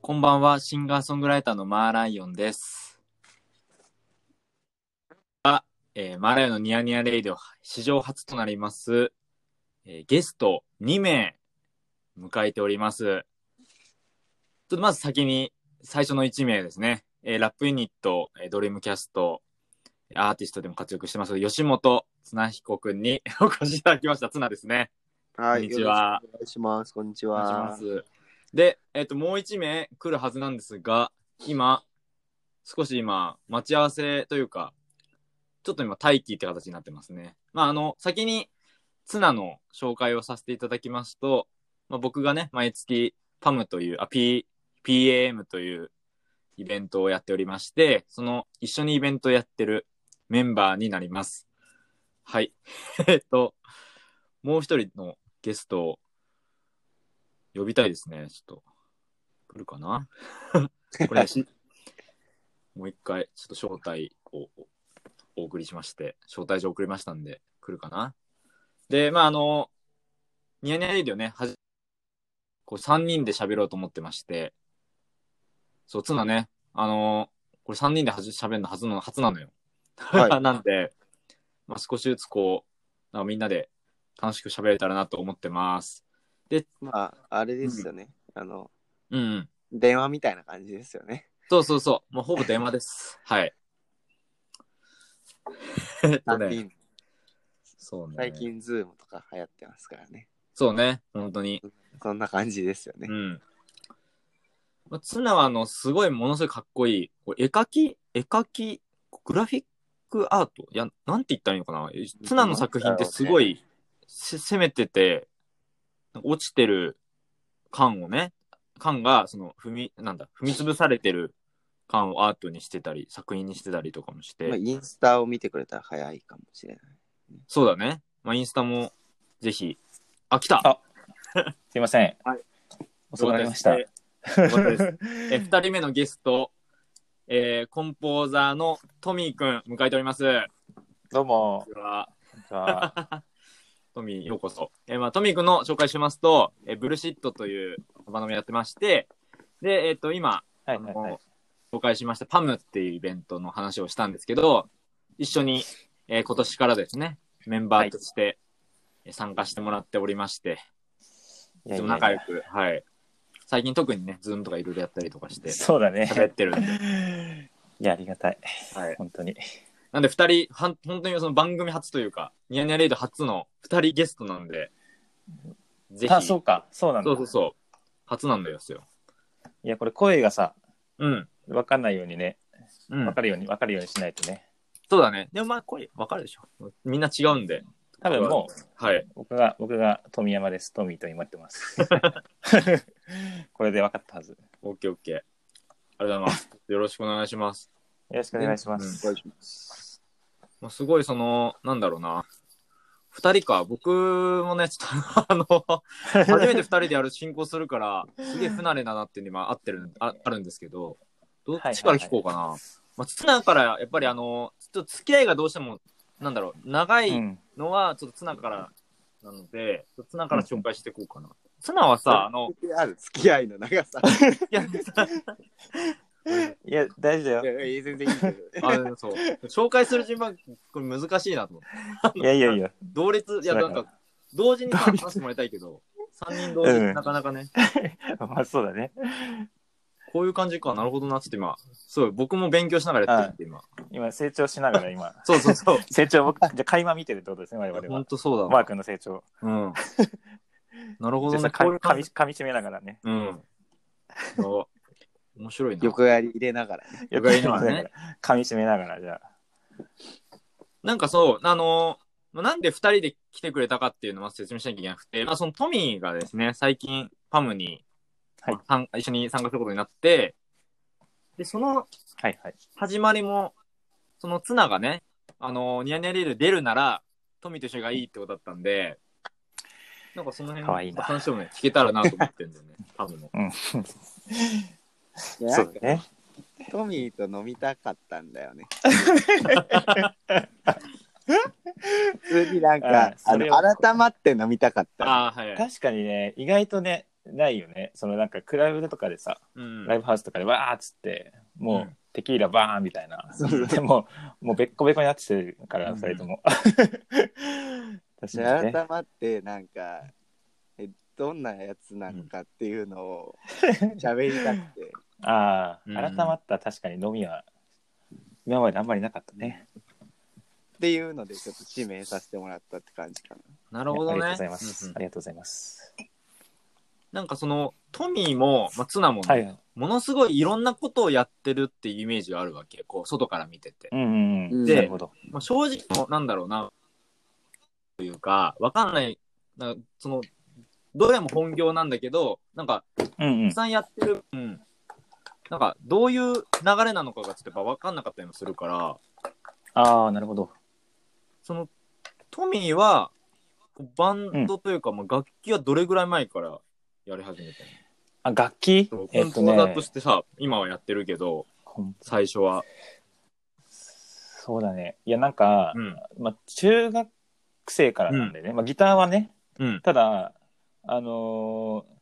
こんばんは、シンガーソングライターのマーライオンです。あ、えーマーライオンのニヤニヤレイディオ、史上初となります、えーゲスト2名迎えております。ちょっとまず先に最初の1名ですね。えーラップユニット、えードリームキャスト、アーティストでも活躍してます、吉本綱彦くんに お越しいただきました。綱ですね。はい、こんにちはよろしくお願いします。こんにちお願いしは。ます。で、えっ、と、もう一名来るはずなんですが、今、少し今、待ち合わせというか、ちょっと今、待機って形になってますね。まあ、あの、先に、ツナの紹介をさせていただきますと、まあ、僕がね、毎月、パムという、あ、P、PAM というイベントをやっておりまして、その、一緒にイベントをやってるメンバーになります。はい。 えっと、もう一人のゲストを呼びたいですね。ちょっと、来るかなこれし、もう一回、ちょっと招待をおお送りしまして、招待状送りましたんで、来るかなで、まあ、あの、ニヤニヤレディオね、はじ、こう3人で喋ろうと思ってまして、そう、つなね、あの、これ3人ではじ喋るのはずの、初なのよ。は なんで、まあ、少しずつこう、なんかみんなで楽しく喋れたらなと思ってます。まあ、あれですよね。あの、うん、うん。電話みたいな感じです よね。そうそうそう。もうほぼ電話です。はい。えっと 最ね、近、そうね。最近、ズームとか流行ってますからね。そうね、本当に。そんな感じですよねう。ん。まあ、ツナは、あの、すごい、ものすごいかっこいい。これ絵描き、絵描き、グラフィックアートいや、なんて言ったらいいのかな。ツナの作品ってすごい、せ攻めてて、なんか落ちてる感をね、感が、その、踏み、なんだ、踏み潰されてる感をアートにしてたり、作品にしてたりとかもして。まあ、インスタを見てくれたら早いかもしれない。そうだね。まあ、インスタも、ぜひ。あ、来たあすいません。はい遅くなりました。よかったですえ、二人目のゲスト、えー、コンポーザーのトミーくん、迎えております。こ どうもん。にちはこんにちはトミー、ようこそ。えーまあ、トミーくんの紹介しますと、えーブルシットという番組やってまして、で、えっ、と、今、はいはいはい。紹介しましたパムっていうイベントの話をしたんですけど、一緒に、えー今年からですね、メンバーとしてえー参加してもらっておりまして、いいやいつやもいや仲良く、はい。最近特にね、ズームとかいろいろやったりとかして、そうだ喋ね。ってるんで。 いや、ありがたい。はい。本当に。なんで二人、はん、本当にその番組初というか、ニヤニヤレイド初の二人ゲストなんで、ぜひ。あ、そうか。そうなんだ。そうそうそう。初なんですよ。いや、これ声がさ、うん。わかんないようにね、うんわ。かるように、わかるようにしないとね。そうだね。でもまあ、声わかるでしょ。みんな違うんで。多分もう、はい。僕が、僕が富山です。トミーと今ってます。 これで分かったはず。よオッケーオッケー。ありがとうございます。よろしくお願いします。ろしくお願いします。まあ、すごいその、なんだろうな。二人か。僕もね、ちょっと あの、初めて二人でやる進行するから、すげえ不慣れだなっていうの今合ってる、ああるんですけど、どっちから聞こうかな。まあ、ツナから、やっぱりあの、ちょっと付き合いがどうしても、なんだろう、長ういん。のは、ちょっとツナからなので、ちょっとツナから紹介していこうかな。ツナはさ、あの、ある付き合いの 長さ。いや、いや、大事だいよ。やいや全然いいけどね あのそう。紹介する順番、これ難しいなと思って。いやいやいや。同列、いや、なんか、同時に話してもらいたいけど、三人同時うんなかなかね、まあ、そうだね。こういう感じか、なるほどなっつって今、すごい、僕も勉強しながらやってるって今。今、成長しながら今。そうそうそう。成長、僕、じゃあ垣間見てるってこと ですね、我々ほんは。とそうだマわー。君の成長。うん。 なるほど実ね。際こかういう感みかじみかみしめながらね。うん。そう面白いな。横やり入れながらね。よくやりながらねよ くやりながらかみしめながら、じゃあ。なんかそう、あのまあなんで二人で来てくれたかっていうのは説明しなきゃいけなくて、まあ、そのトミーがですね、最近、パムに、はいさん一緒に参加することになって、で、そのはいはい。始まりも、そのツナがね、あのニヤニヤレール出るなら、トミーと一緒がいいってことだったんで、なんかその辺かわいいのな話をね、聞けたらなと思ってんだよね、パムの。うん。いやそうだね。トミーと飲みたかったんだよね。 普通になんかあ、そあれのは改まって飲みたかった。ああ、はい、はい。確かにね、意外とね、ないよねそのなんかクラブとかでさ、うんライブハウスとかでわーっつってもう、うんテキーラバーンみたいなそうそうでももうべっこべこになってるから、うん二人と も確じかゃにあね改まってなんかえどんなやつなのかっていうの を喋りたくて、ああうん改まった確かに飲みは今まであんまりなかったねっていうのでちょっと指名させてもらったって感じかな。なるほどね。ありがとうございます、うんうんありがとうございますなんかその、トミーも、まあ、ツナもね、はいうんものすごいいろんなことをやってるっていうイメージがあるわけよ。こう、外から見てて。うんうんでなるほどまあ、正直、なんだろうな、というか、わかんない、なんかその、どれも本業なんだけど、なんか、うんうたんくさんやってる、うん、なんか、どういう流れなのかがちょっとやっぱわかんなかったりもするから、ああなるほどその、トミーは、こうバンドというか、まあ楽器はどれぐらい前からやり始めたのあ楽器そうえコンっポとーザーねとしてさ、今はやってるけど、コン最初は。そうだねいやなんか、うん。まあ、中学生からなんでね、まあ、ギターはねうん。ただあのー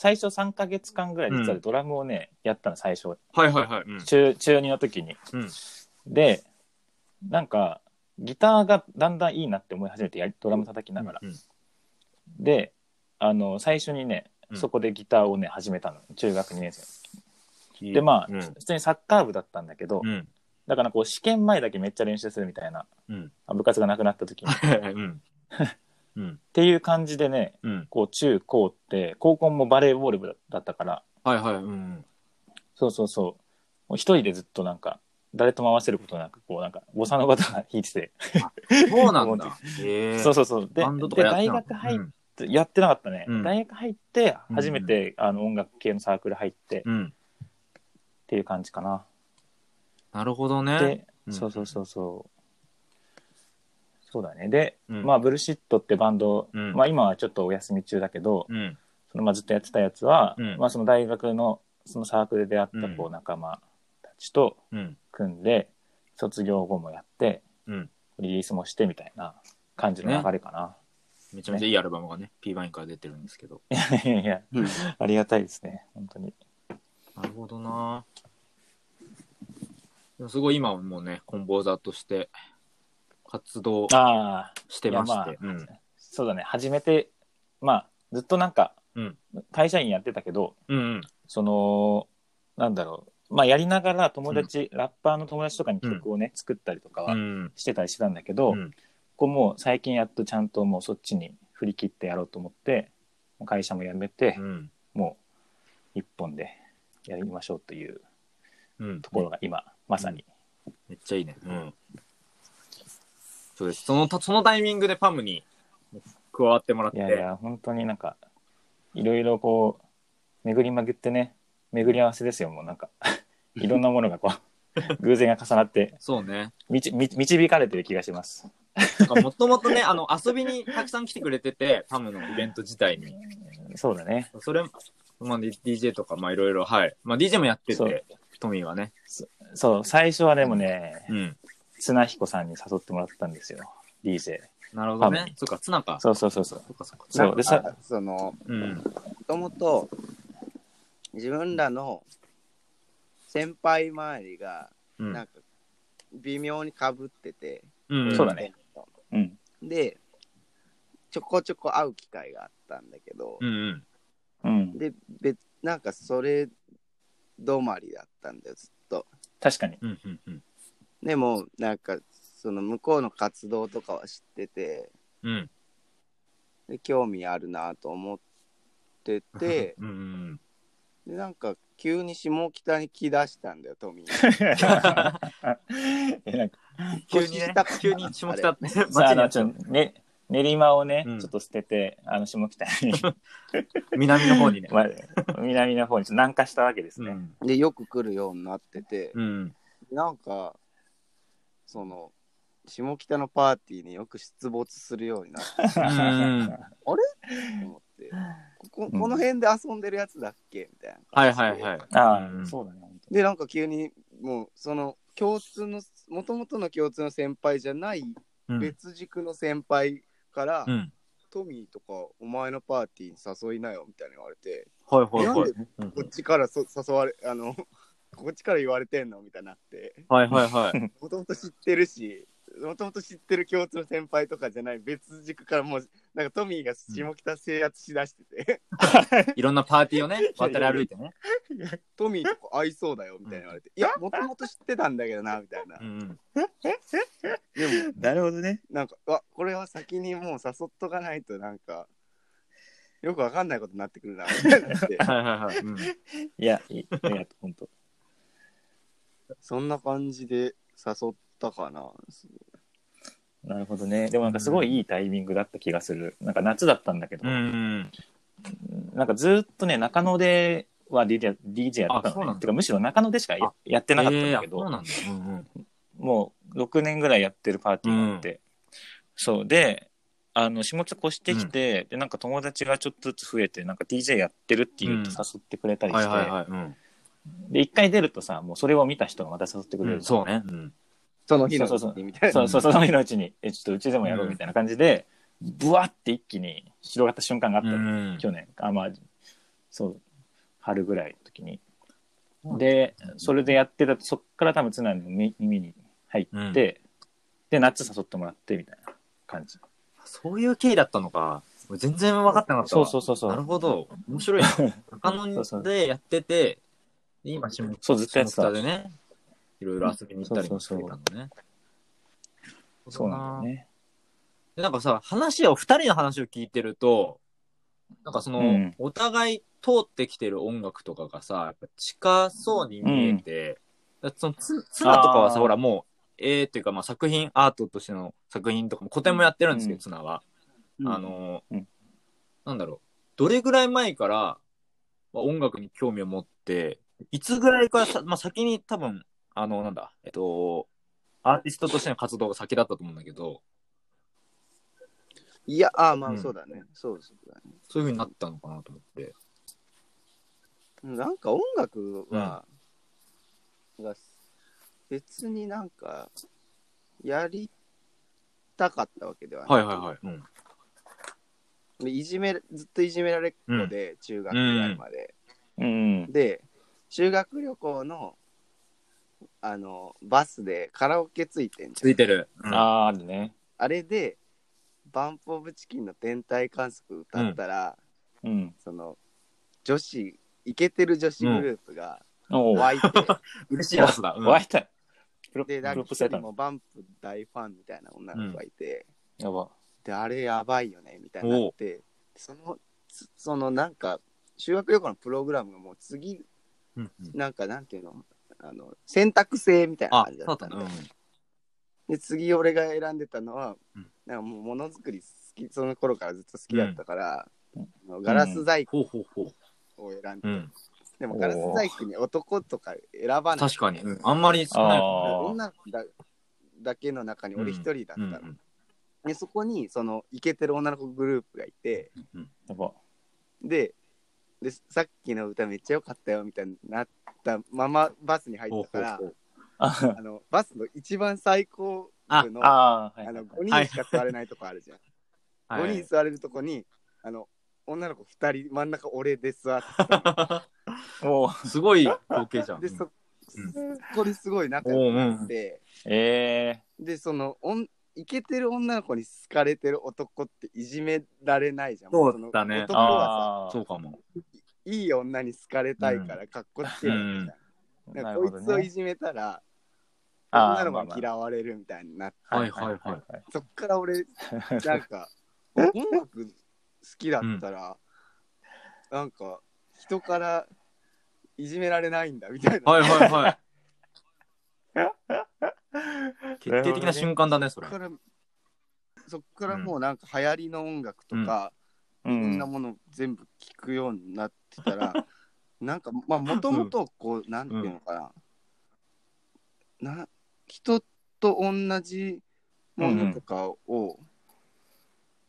最初3か月間ぐらい実うはんドラムをね、やったの最初はいはいはい。うん。中中2の時にうん。でなんかギターがだんだんいいなって思い始めてやりドラム叩きながら、うんであの最初にねうんそこでギターをね始めたの中学2年生でまあうん。普通にサッカー部だったんだけど、うん。だからこう試験前だけめっちゃ練習するみたいなうん。あ部活がなくなった時にっうん。うん。ていう感じでねうん。こう中高って高校もバレーボール部だったからはいはい。うん。そうそうそうもう一人でずっとなんか誰とも合わせることなくこうなんかボサの方が弾いてて、そうなんだ。へえ。 そうそうそうでバンドとでかやって大たの学入っうんやってなかったね、うん大学入って初めて、あの音楽系のサークル入ってっうん。ていう感じかな、なるほどね。で、うんそうそうそうそうそうだねで、うんまあブルシットってバンド、うんまあ今はちょっとお休み中だけど、うん。そのまあずっとやってたやつは、うんまあその大学のそのサークルで出会ったこうう仲間たちとうん。組んで、卒業後もやってうん。リリースもしてみたいな感じの流れかめちゃめちゃいいアルバムがね、P バインから出てるんですけど。な、 いやいやありがたいですね本当になるほどな。でもすごい今はもうね、コンポーザーとして活動ああしてまして。いやまあそうだね始めてまあずっとなんか、うん会社員やってたけどうん。うん。そのなんだろうまあやりながら友達、ラッパーの友達とかに曲をね、作ったりとかうはん。してたりしてたんだけど、うんこうもう最近やっとちゃんともうそっちに振り切ってやろうと思ってもう会社も辞めて、うん。もう一本でやりましょうといううん。ところが今、まさに、めっちゃいいね。うん。そうです。そのた、そのタイミングでパムに加わってもらって。いやいや本当になんかいろいろこう巡りまぐってね巡り合わせですよもうなん かいろんなものがこう偶然が重なってそうね。みちみ導かれてる気がしますもともとね、あの、遊びにたくさん来てくれてて、パムのイベント自体に。そうだねそれ、まあ、DJ とか、まあ、いろいろ、はい。まあ、DJ もやってそうて、トミーはね。そう最初はでもねうん。綱彦さんに誘ってもらったんですよ DJ なるほどパね。そっか、ツナか。そうそうそうそうそっか、そっか。そうなんかでさそのうん。もともと自分らの先輩周りがうなんん。か微妙にかぶってて、うん。そうだね。うんでちょこちょこ会う機会があったんだけど、うんうん。うんで別なんかそれ止まりだったんだよずっと確 かにうんうんうん。でもなんかその向こうの活動とかは知っててうん。で興味あるなと思って てうん うんでなんか急に下北に来だしたんだよトミーえなんかうん。急にね、急に 下北って、さああ 街にのちょっとね練馬をね、うんちょっと捨ててあの下北に、 南の方にね。まあ、南の方にちょっと南下したわけですうね、 ん。 でよく来るようになっててうん。なんかその下北のパーティーによく出没するようになってうん思 ってこここの辺で遊んでるやつだっけみたいなはい感じではいはい。ああ、うんそうだね。本当にでなんか急にもうその共通のもともとの共通の先輩じゃないうん。別軸の先輩からうん。トミーとかお前のパーティーに誘いなよみたいに言われて、はいははいいははいい。うんこっちからそ誘われ、あの、 こっちから言われてんのみたいになって、はいはい はい。もともと知ってるし、もともと知ってる共通の先輩とかじゃない別軸からもう、なんかトミーが下北制圧しだして て、いろんなパーティーをね、渡り歩いてね。トミーとか合いそうだよみたいに言われて、いや、もともと知ってたんだけどな、みたいなう。んでも、なるほどね。なんか、うわ、これは先にもう誘っとかないと、なんか、よくわかんないことになってくるな、みたいになってうん。はいはいはい。うんいや、いいい や、本当。そんな感じで誘ったかな。なるほどね。でもなんかすごいいいタイミングだった気がする。なんか夏だったんだけど、うん。なんかずっとね、中野では DJ, DJ やってあたそうなのんだね。てかむしろ中野でしかやあやってなかったんだけえーあど、そうなんだ。うんうんもう6年ぐらいやってるパーティーがあって、そうであの下北越してきて、でなんか友達がちょっとずつ増えてなんか DJ やってるっていうとうん誘ってくれたりしはて、いはいはい。うんで一回出るとさもうそれを見た人がまた誘ってくれうる、ん。そうね。うんその日のそうそうそうみたいな。そうそうその日のうちに「えちょっとうちでもやろう」みたいな感じで、ぶわって一気に広がった瞬間があったうの、ん。去年あまあそう春ぐらいの時にうんでそれでやってたそっから多分津波の耳耳に入って、うんで夏誘ってもらってみたいな感じそういう経緯だったのか。俺全然分かってなかったそうわ。そうそうそなるうほど。面 白いな。中そうそ野うでやってて、で今、下そうずっとやってた北でね、いろいろ遊びに行ったりもしてたのね。そうなんだよねでなんかさ、話を、二人の話を聞いてると、なんかその、うんお互い通ってきてる音楽とかがさ、やっぱ近そうに見えて、だってそのツツナとかはあさ、ーほらもう、えー、っていうか、まあ作品、アートとしての作品とかも、個展もやってるんですけど、うんツナは。うんあ、のーうんなんだろう、どれぐらい前からまあ音楽に興味を持って、いつぐらいからさ、まあ、先に多分、あの、なんだ、えっと、アーティストとしての活動が先だったと思うんだけど、いや、ああ、まうあんそうだね。そうそうだね。そういう風になったのかなと思って。なんか音楽は、が別になんか、やりたかったわけではない。はいはいはい。うん。でいじめ、ずっといじめられっ子で、中学ぐらいまで。うんで、修学旅行の、あの、バスでカラオケついてんじゃんついてる。うんあーあるねあれで、バンプオブチキンの天体観測歌ったら、うんその、女子、イケてる女子グループがおお 湧いて、嬉しいやつだ。うん湧いたプロで、プなんロかップ一された人のもバンプ大ファンみたいな女の子がいて、やばで、あれやばいよね、みたいになって、その、つそのなんか、修学旅行のプログラムがもう次、うんなんかなんていうの、あの、選択制みたいなあ感じ、だそうっだたっんただね。うんで、次俺が選んでたのは、うんなんかもうものづくり好き、その頃からずっと好きだったから、うんあのガラス細工ほうほうほう。を選んで、うん。でもガラス細工に男とか選ばない。確かに。うんあんまり少ない。ああ女だだけの中に俺一人だったうの、んうんでそこにそのイケてる女の子グループがいてやばででさっきの歌めっちゃ良かったよみたいになったままバスに入ほっうたほかうらほう。ああのバスの一番最高部のああーはいはいのはい5人しか座れないとこあるじゃん、は5い人。座れるとこにあの女の子2人真ん中俺で座っておお すごい光景じゃん。でうんそうんそこですごい仲良くなって、えでそのおんイケてる女の子に好かれてる男っていじめられないじゃんそうだねそのー、男はさああそうかも。いい女に好かれたいからかっこつけるみたいな,、ななんるかこいほどつをいねじめたらあー女のまあ子まにあ嫌われるみたいになって、はいはいはいはいそっから 俺なんか音楽好きだったら、なんか人からいじめられないんだみたい な、はいはい はい。決定的な瞬間だね、そそれっ。からそっからもうなんか流行りの音楽とか、ういろんなんもの全部聞くようになってたら、なんかまあもともとこう、なんていうのかな,、な人と同じものとかを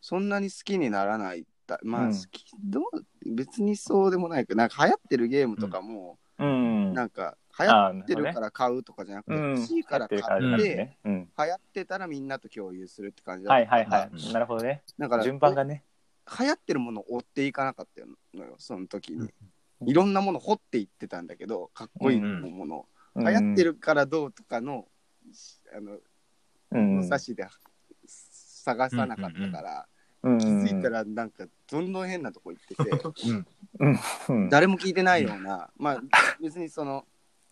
そんなに好きにならないだまあうん好き、どう別にそうでもないけどなんか流行ってるゲームとかも、うんなんか流行っあーなてるほどるねから買うとかじゃなくて、うん欲しいから買やってるらっ感じて、だねうん流行ってたらみんなと共有するって感じだはっいたかはらいはうんいなるほどねだから順番がね流行ってるものを追っていかなかったのよその時に、いろんなもの掘っていってたんだけどかっこいいもの、流流行ってるからどうとかのあのうん物差しで探さなかったから、うん気づいたらなんかどんどん変なとこ行ってて、うん。 うん誰も聞いてないような、まあ別にその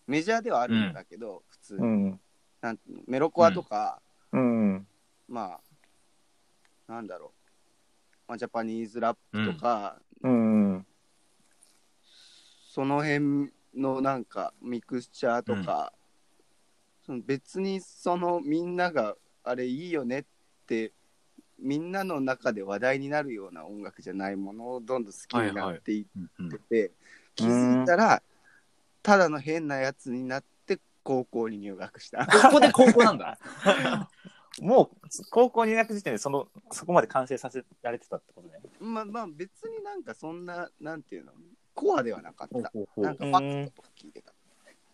メジャーではあるんだけど、普通、うんなんていうのメロコアとか、うんまあなんだろう、まあ、ジャパニーズラップとか、うんその辺のなんかミクスチャーとか、その別にそのみんながあれいいよねってみんなの中で話題になるような音楽じゃないものをどんどん好きになっていってて、気づいたらただの変なやつになって高校に入学した ここで高校なん だ。もう高校入学時点でそのそこまで完成させられてたってことね。まあまあ別になんかそんななんていうのコアではなかったなんかうフんァクトとか聞いてた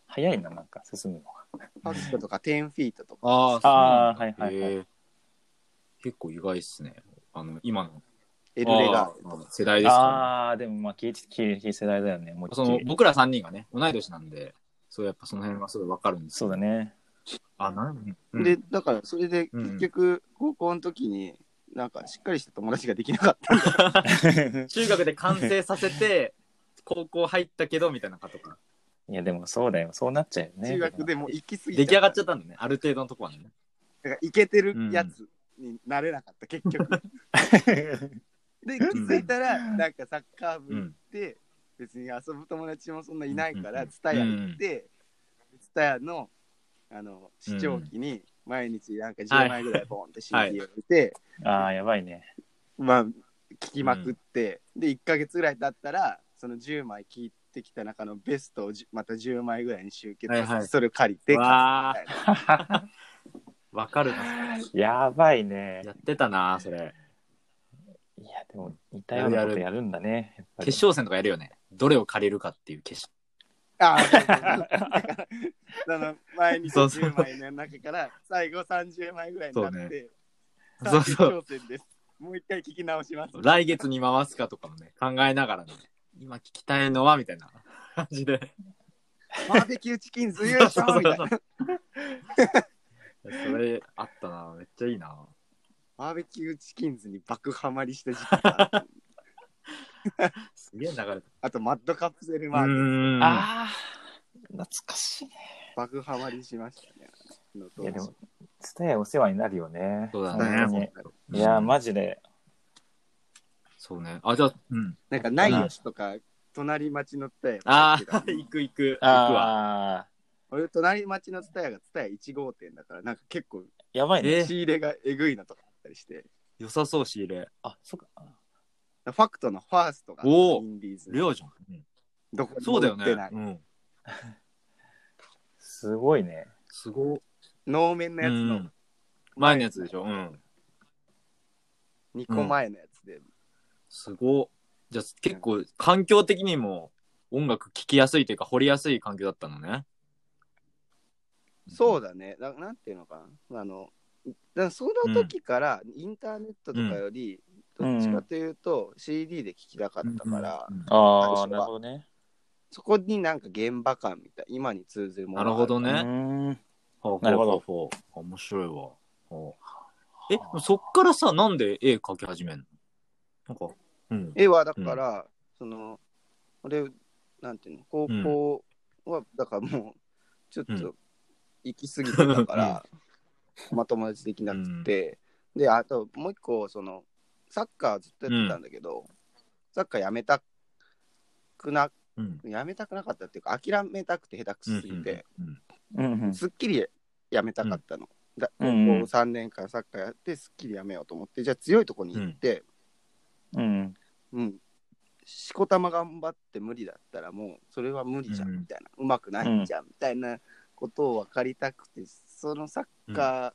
早いななんか進むのが。ファクトとか10フィートとかああーそうなんだはいはいはいへー結構意外っすね。あの、今のエルレガールとあかー世代ですかああでもまあキーキーキー世代だよねもうら、一その回僕ら3人がね、同い年なんで、そうやっぱその辺はすごいわかるんですそうだね。あ、なんで、だからそれで結局高校の時になんかしっかりした友達ができなかった、中学で完成させて、高校入ったけど、みたいなことか。いやでもそうだよそうなっちゃうよね。中学でもう行き過ぎ出来上がっちゃゃったんだね。ある程度のとこはね。だからいけてるやつになれなかった、結 局で気づいたらなんかサッカー部行って、別に遊ぶ友達もそんないないかうらんツタヤ行ってツタヤのあの視聴器に毎日なんか10枚ぐらいボンってはい CD を置いて、 ああやばいね。まあ聞きまくって、で1ヶ月ぐらい経ったらその10枚聞いてきた中のベストをじゅまた10枚ぐらいに集結させて、はいはいそれを借りてわあ、わかるな。やばいね。やってたな、それ。いやでも似たようなことやるんだね。やっぱり決勝戦とかやるよね。どれを借りるかっていう決あそうそうそうだからその毎日そうそう10枚の中から最後30枚ぐらいになって、そうねさあそうそう決勝戦ですもう一回聞き直します勝。来月に回すかとかもね、考えながらね、今聞きたいのは、みたいな感じで。バーベキューチキンズ優勝みたいなそれあったな、めっちゃいいな。バーベキューチキンズに爆ハマりした時期があってすげえ流れた。あとマッドカップセルマーうケットんあああ懐かしいね。爆ハマりしましたねあの当時いやでもツタヤお世話になるよね。そうだね本当にね。いやマジで。そうね。あ、じゃあ、うん。なんか、ナイオシとか、隣町の蔦屋ああ、行く行く。行くわ。ああ俺、隣町の蔦屋が蔦屋1号店だから、なんか結構、やばいね。え仕入れがえぐいのとかあったりして、良さそう、仕入れ。あそっか。ファクトのファーストが、おーインディーズレの。アじゃん。どこにそうだよも売っねてない。。うん。すごいね。すごい。能面のやつうのん前のやつでしょ。うん。 2個前のやつで、すごい。じゃあ結構環境的にも音楽聴きやすいというか掘りやすい環境だったのね。そうう。だねな、なんていうのかな。あの、だからその時から、インターネットとかより、うんどっちかというと、CD で聴きたかったから、うんあ最あ初はなるほどね。そこになんか現場感みたい、今に通ずるものなるほどうね。ーん。ほうなるほほどうほう面白いわ。ほうえ、でもそっからさ、なんで絵描き始めんのなんか、うん。絵はだから、その俺なんていうの高校はだからもうちょっうんと行き過ぎてたから、 まあ友達できなくて、であともう一個そのサッカーずっとやってたんだけど、サッカーやめたくなうん。やめたくなかったっていうか諦めたくて下手くそすぎて、うん。うんうんすっきりやめたかったの。だ高校うんうん3年間サッカーやってすっきりやめようと思ってじゃあ強いとこに行って、うん。うん、しこたま頑張って無理だったらもうそれは無理じゃうんんみたいな、うまくないじゃんみたいなことを分かりたくて、そのサッカー、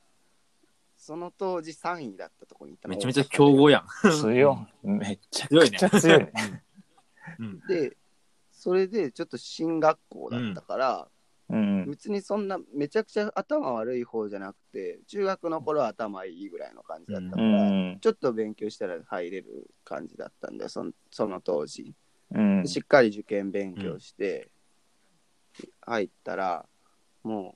その当時3位だったとこに行っためちゃめちゃ強豪やん。強い。めちゃくちゃ強い ね。うん。でそれでちょっと進学校だったから、うん。別にそんなめちゃくちゃ頭悪い方じゃなくて中学の頃は頭いいぐらいの感じだったかうら、ん。ちょっと勉強したら入れる感じだったんでそんその当時うん。しっかり受験勉強して入ったら、も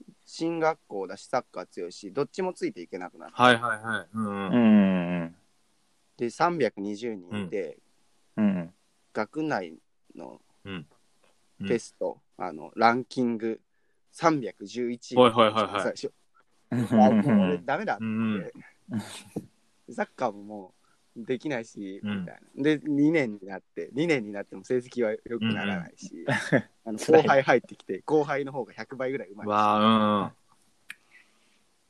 う進学校だしサッカー強いしどっちもついていけなくなって、はいはいはい。うんううん。ん。で320人いて、うん。学内のうんテスト、あのランキング311位、はいはいはいはい最初あもう俺ダメだって、うんサッカーももうできないし、うんみたいなで2年になって2年になっても成績は良くならないし、あの辛い後輩入ってきて後輩の方が100倍ぐらいうまいしわあ、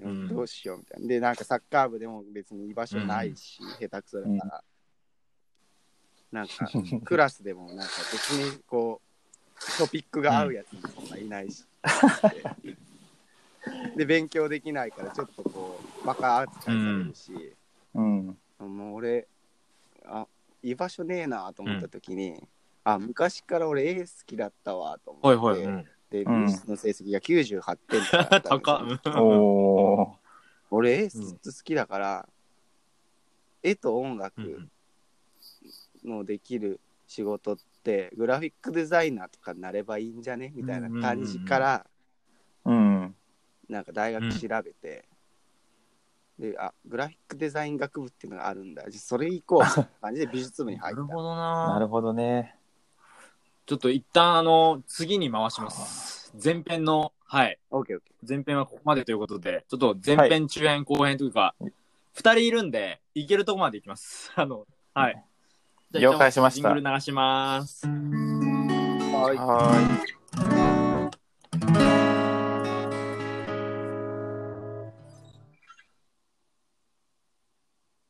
ううんんどうしようみたいなでなんかサッカー部でも別に居場所ないし、下手くそだから、なんかクラスでもなんか別にこうトピックが合うやつもそんないない し、で勉強できないからちょっとこうバカ扱いされるし、 うん。もう俺あ居場所ねえなと思った時に、あ昔から俺 A 好きだったわと思うん。はっいて、はい。うんでうん美術の成績が98点とかだったんですよ高っ。うんおー。俺絵ずっと好きだから、絵と音楽のできる仕事って、グラフィックデザイナーとかになればいいんじゃねみたいな感じから、うん。なんか大学調べて、であグラフィックデザイン学部っていうのがあるんだじゃあそれ行こうって感じで美術部にな入っるたほどなな。るほどね。ちょっと一旦、あの、次に回します。前編の、はい。オッケーオッケ前編はここまでということで、ちょっと前編、中編、後編というか、二人いるんで、いけるとこまでいきます。 あの、はい。了解しましたじゃあ一旦ジングル流します。ーははーい。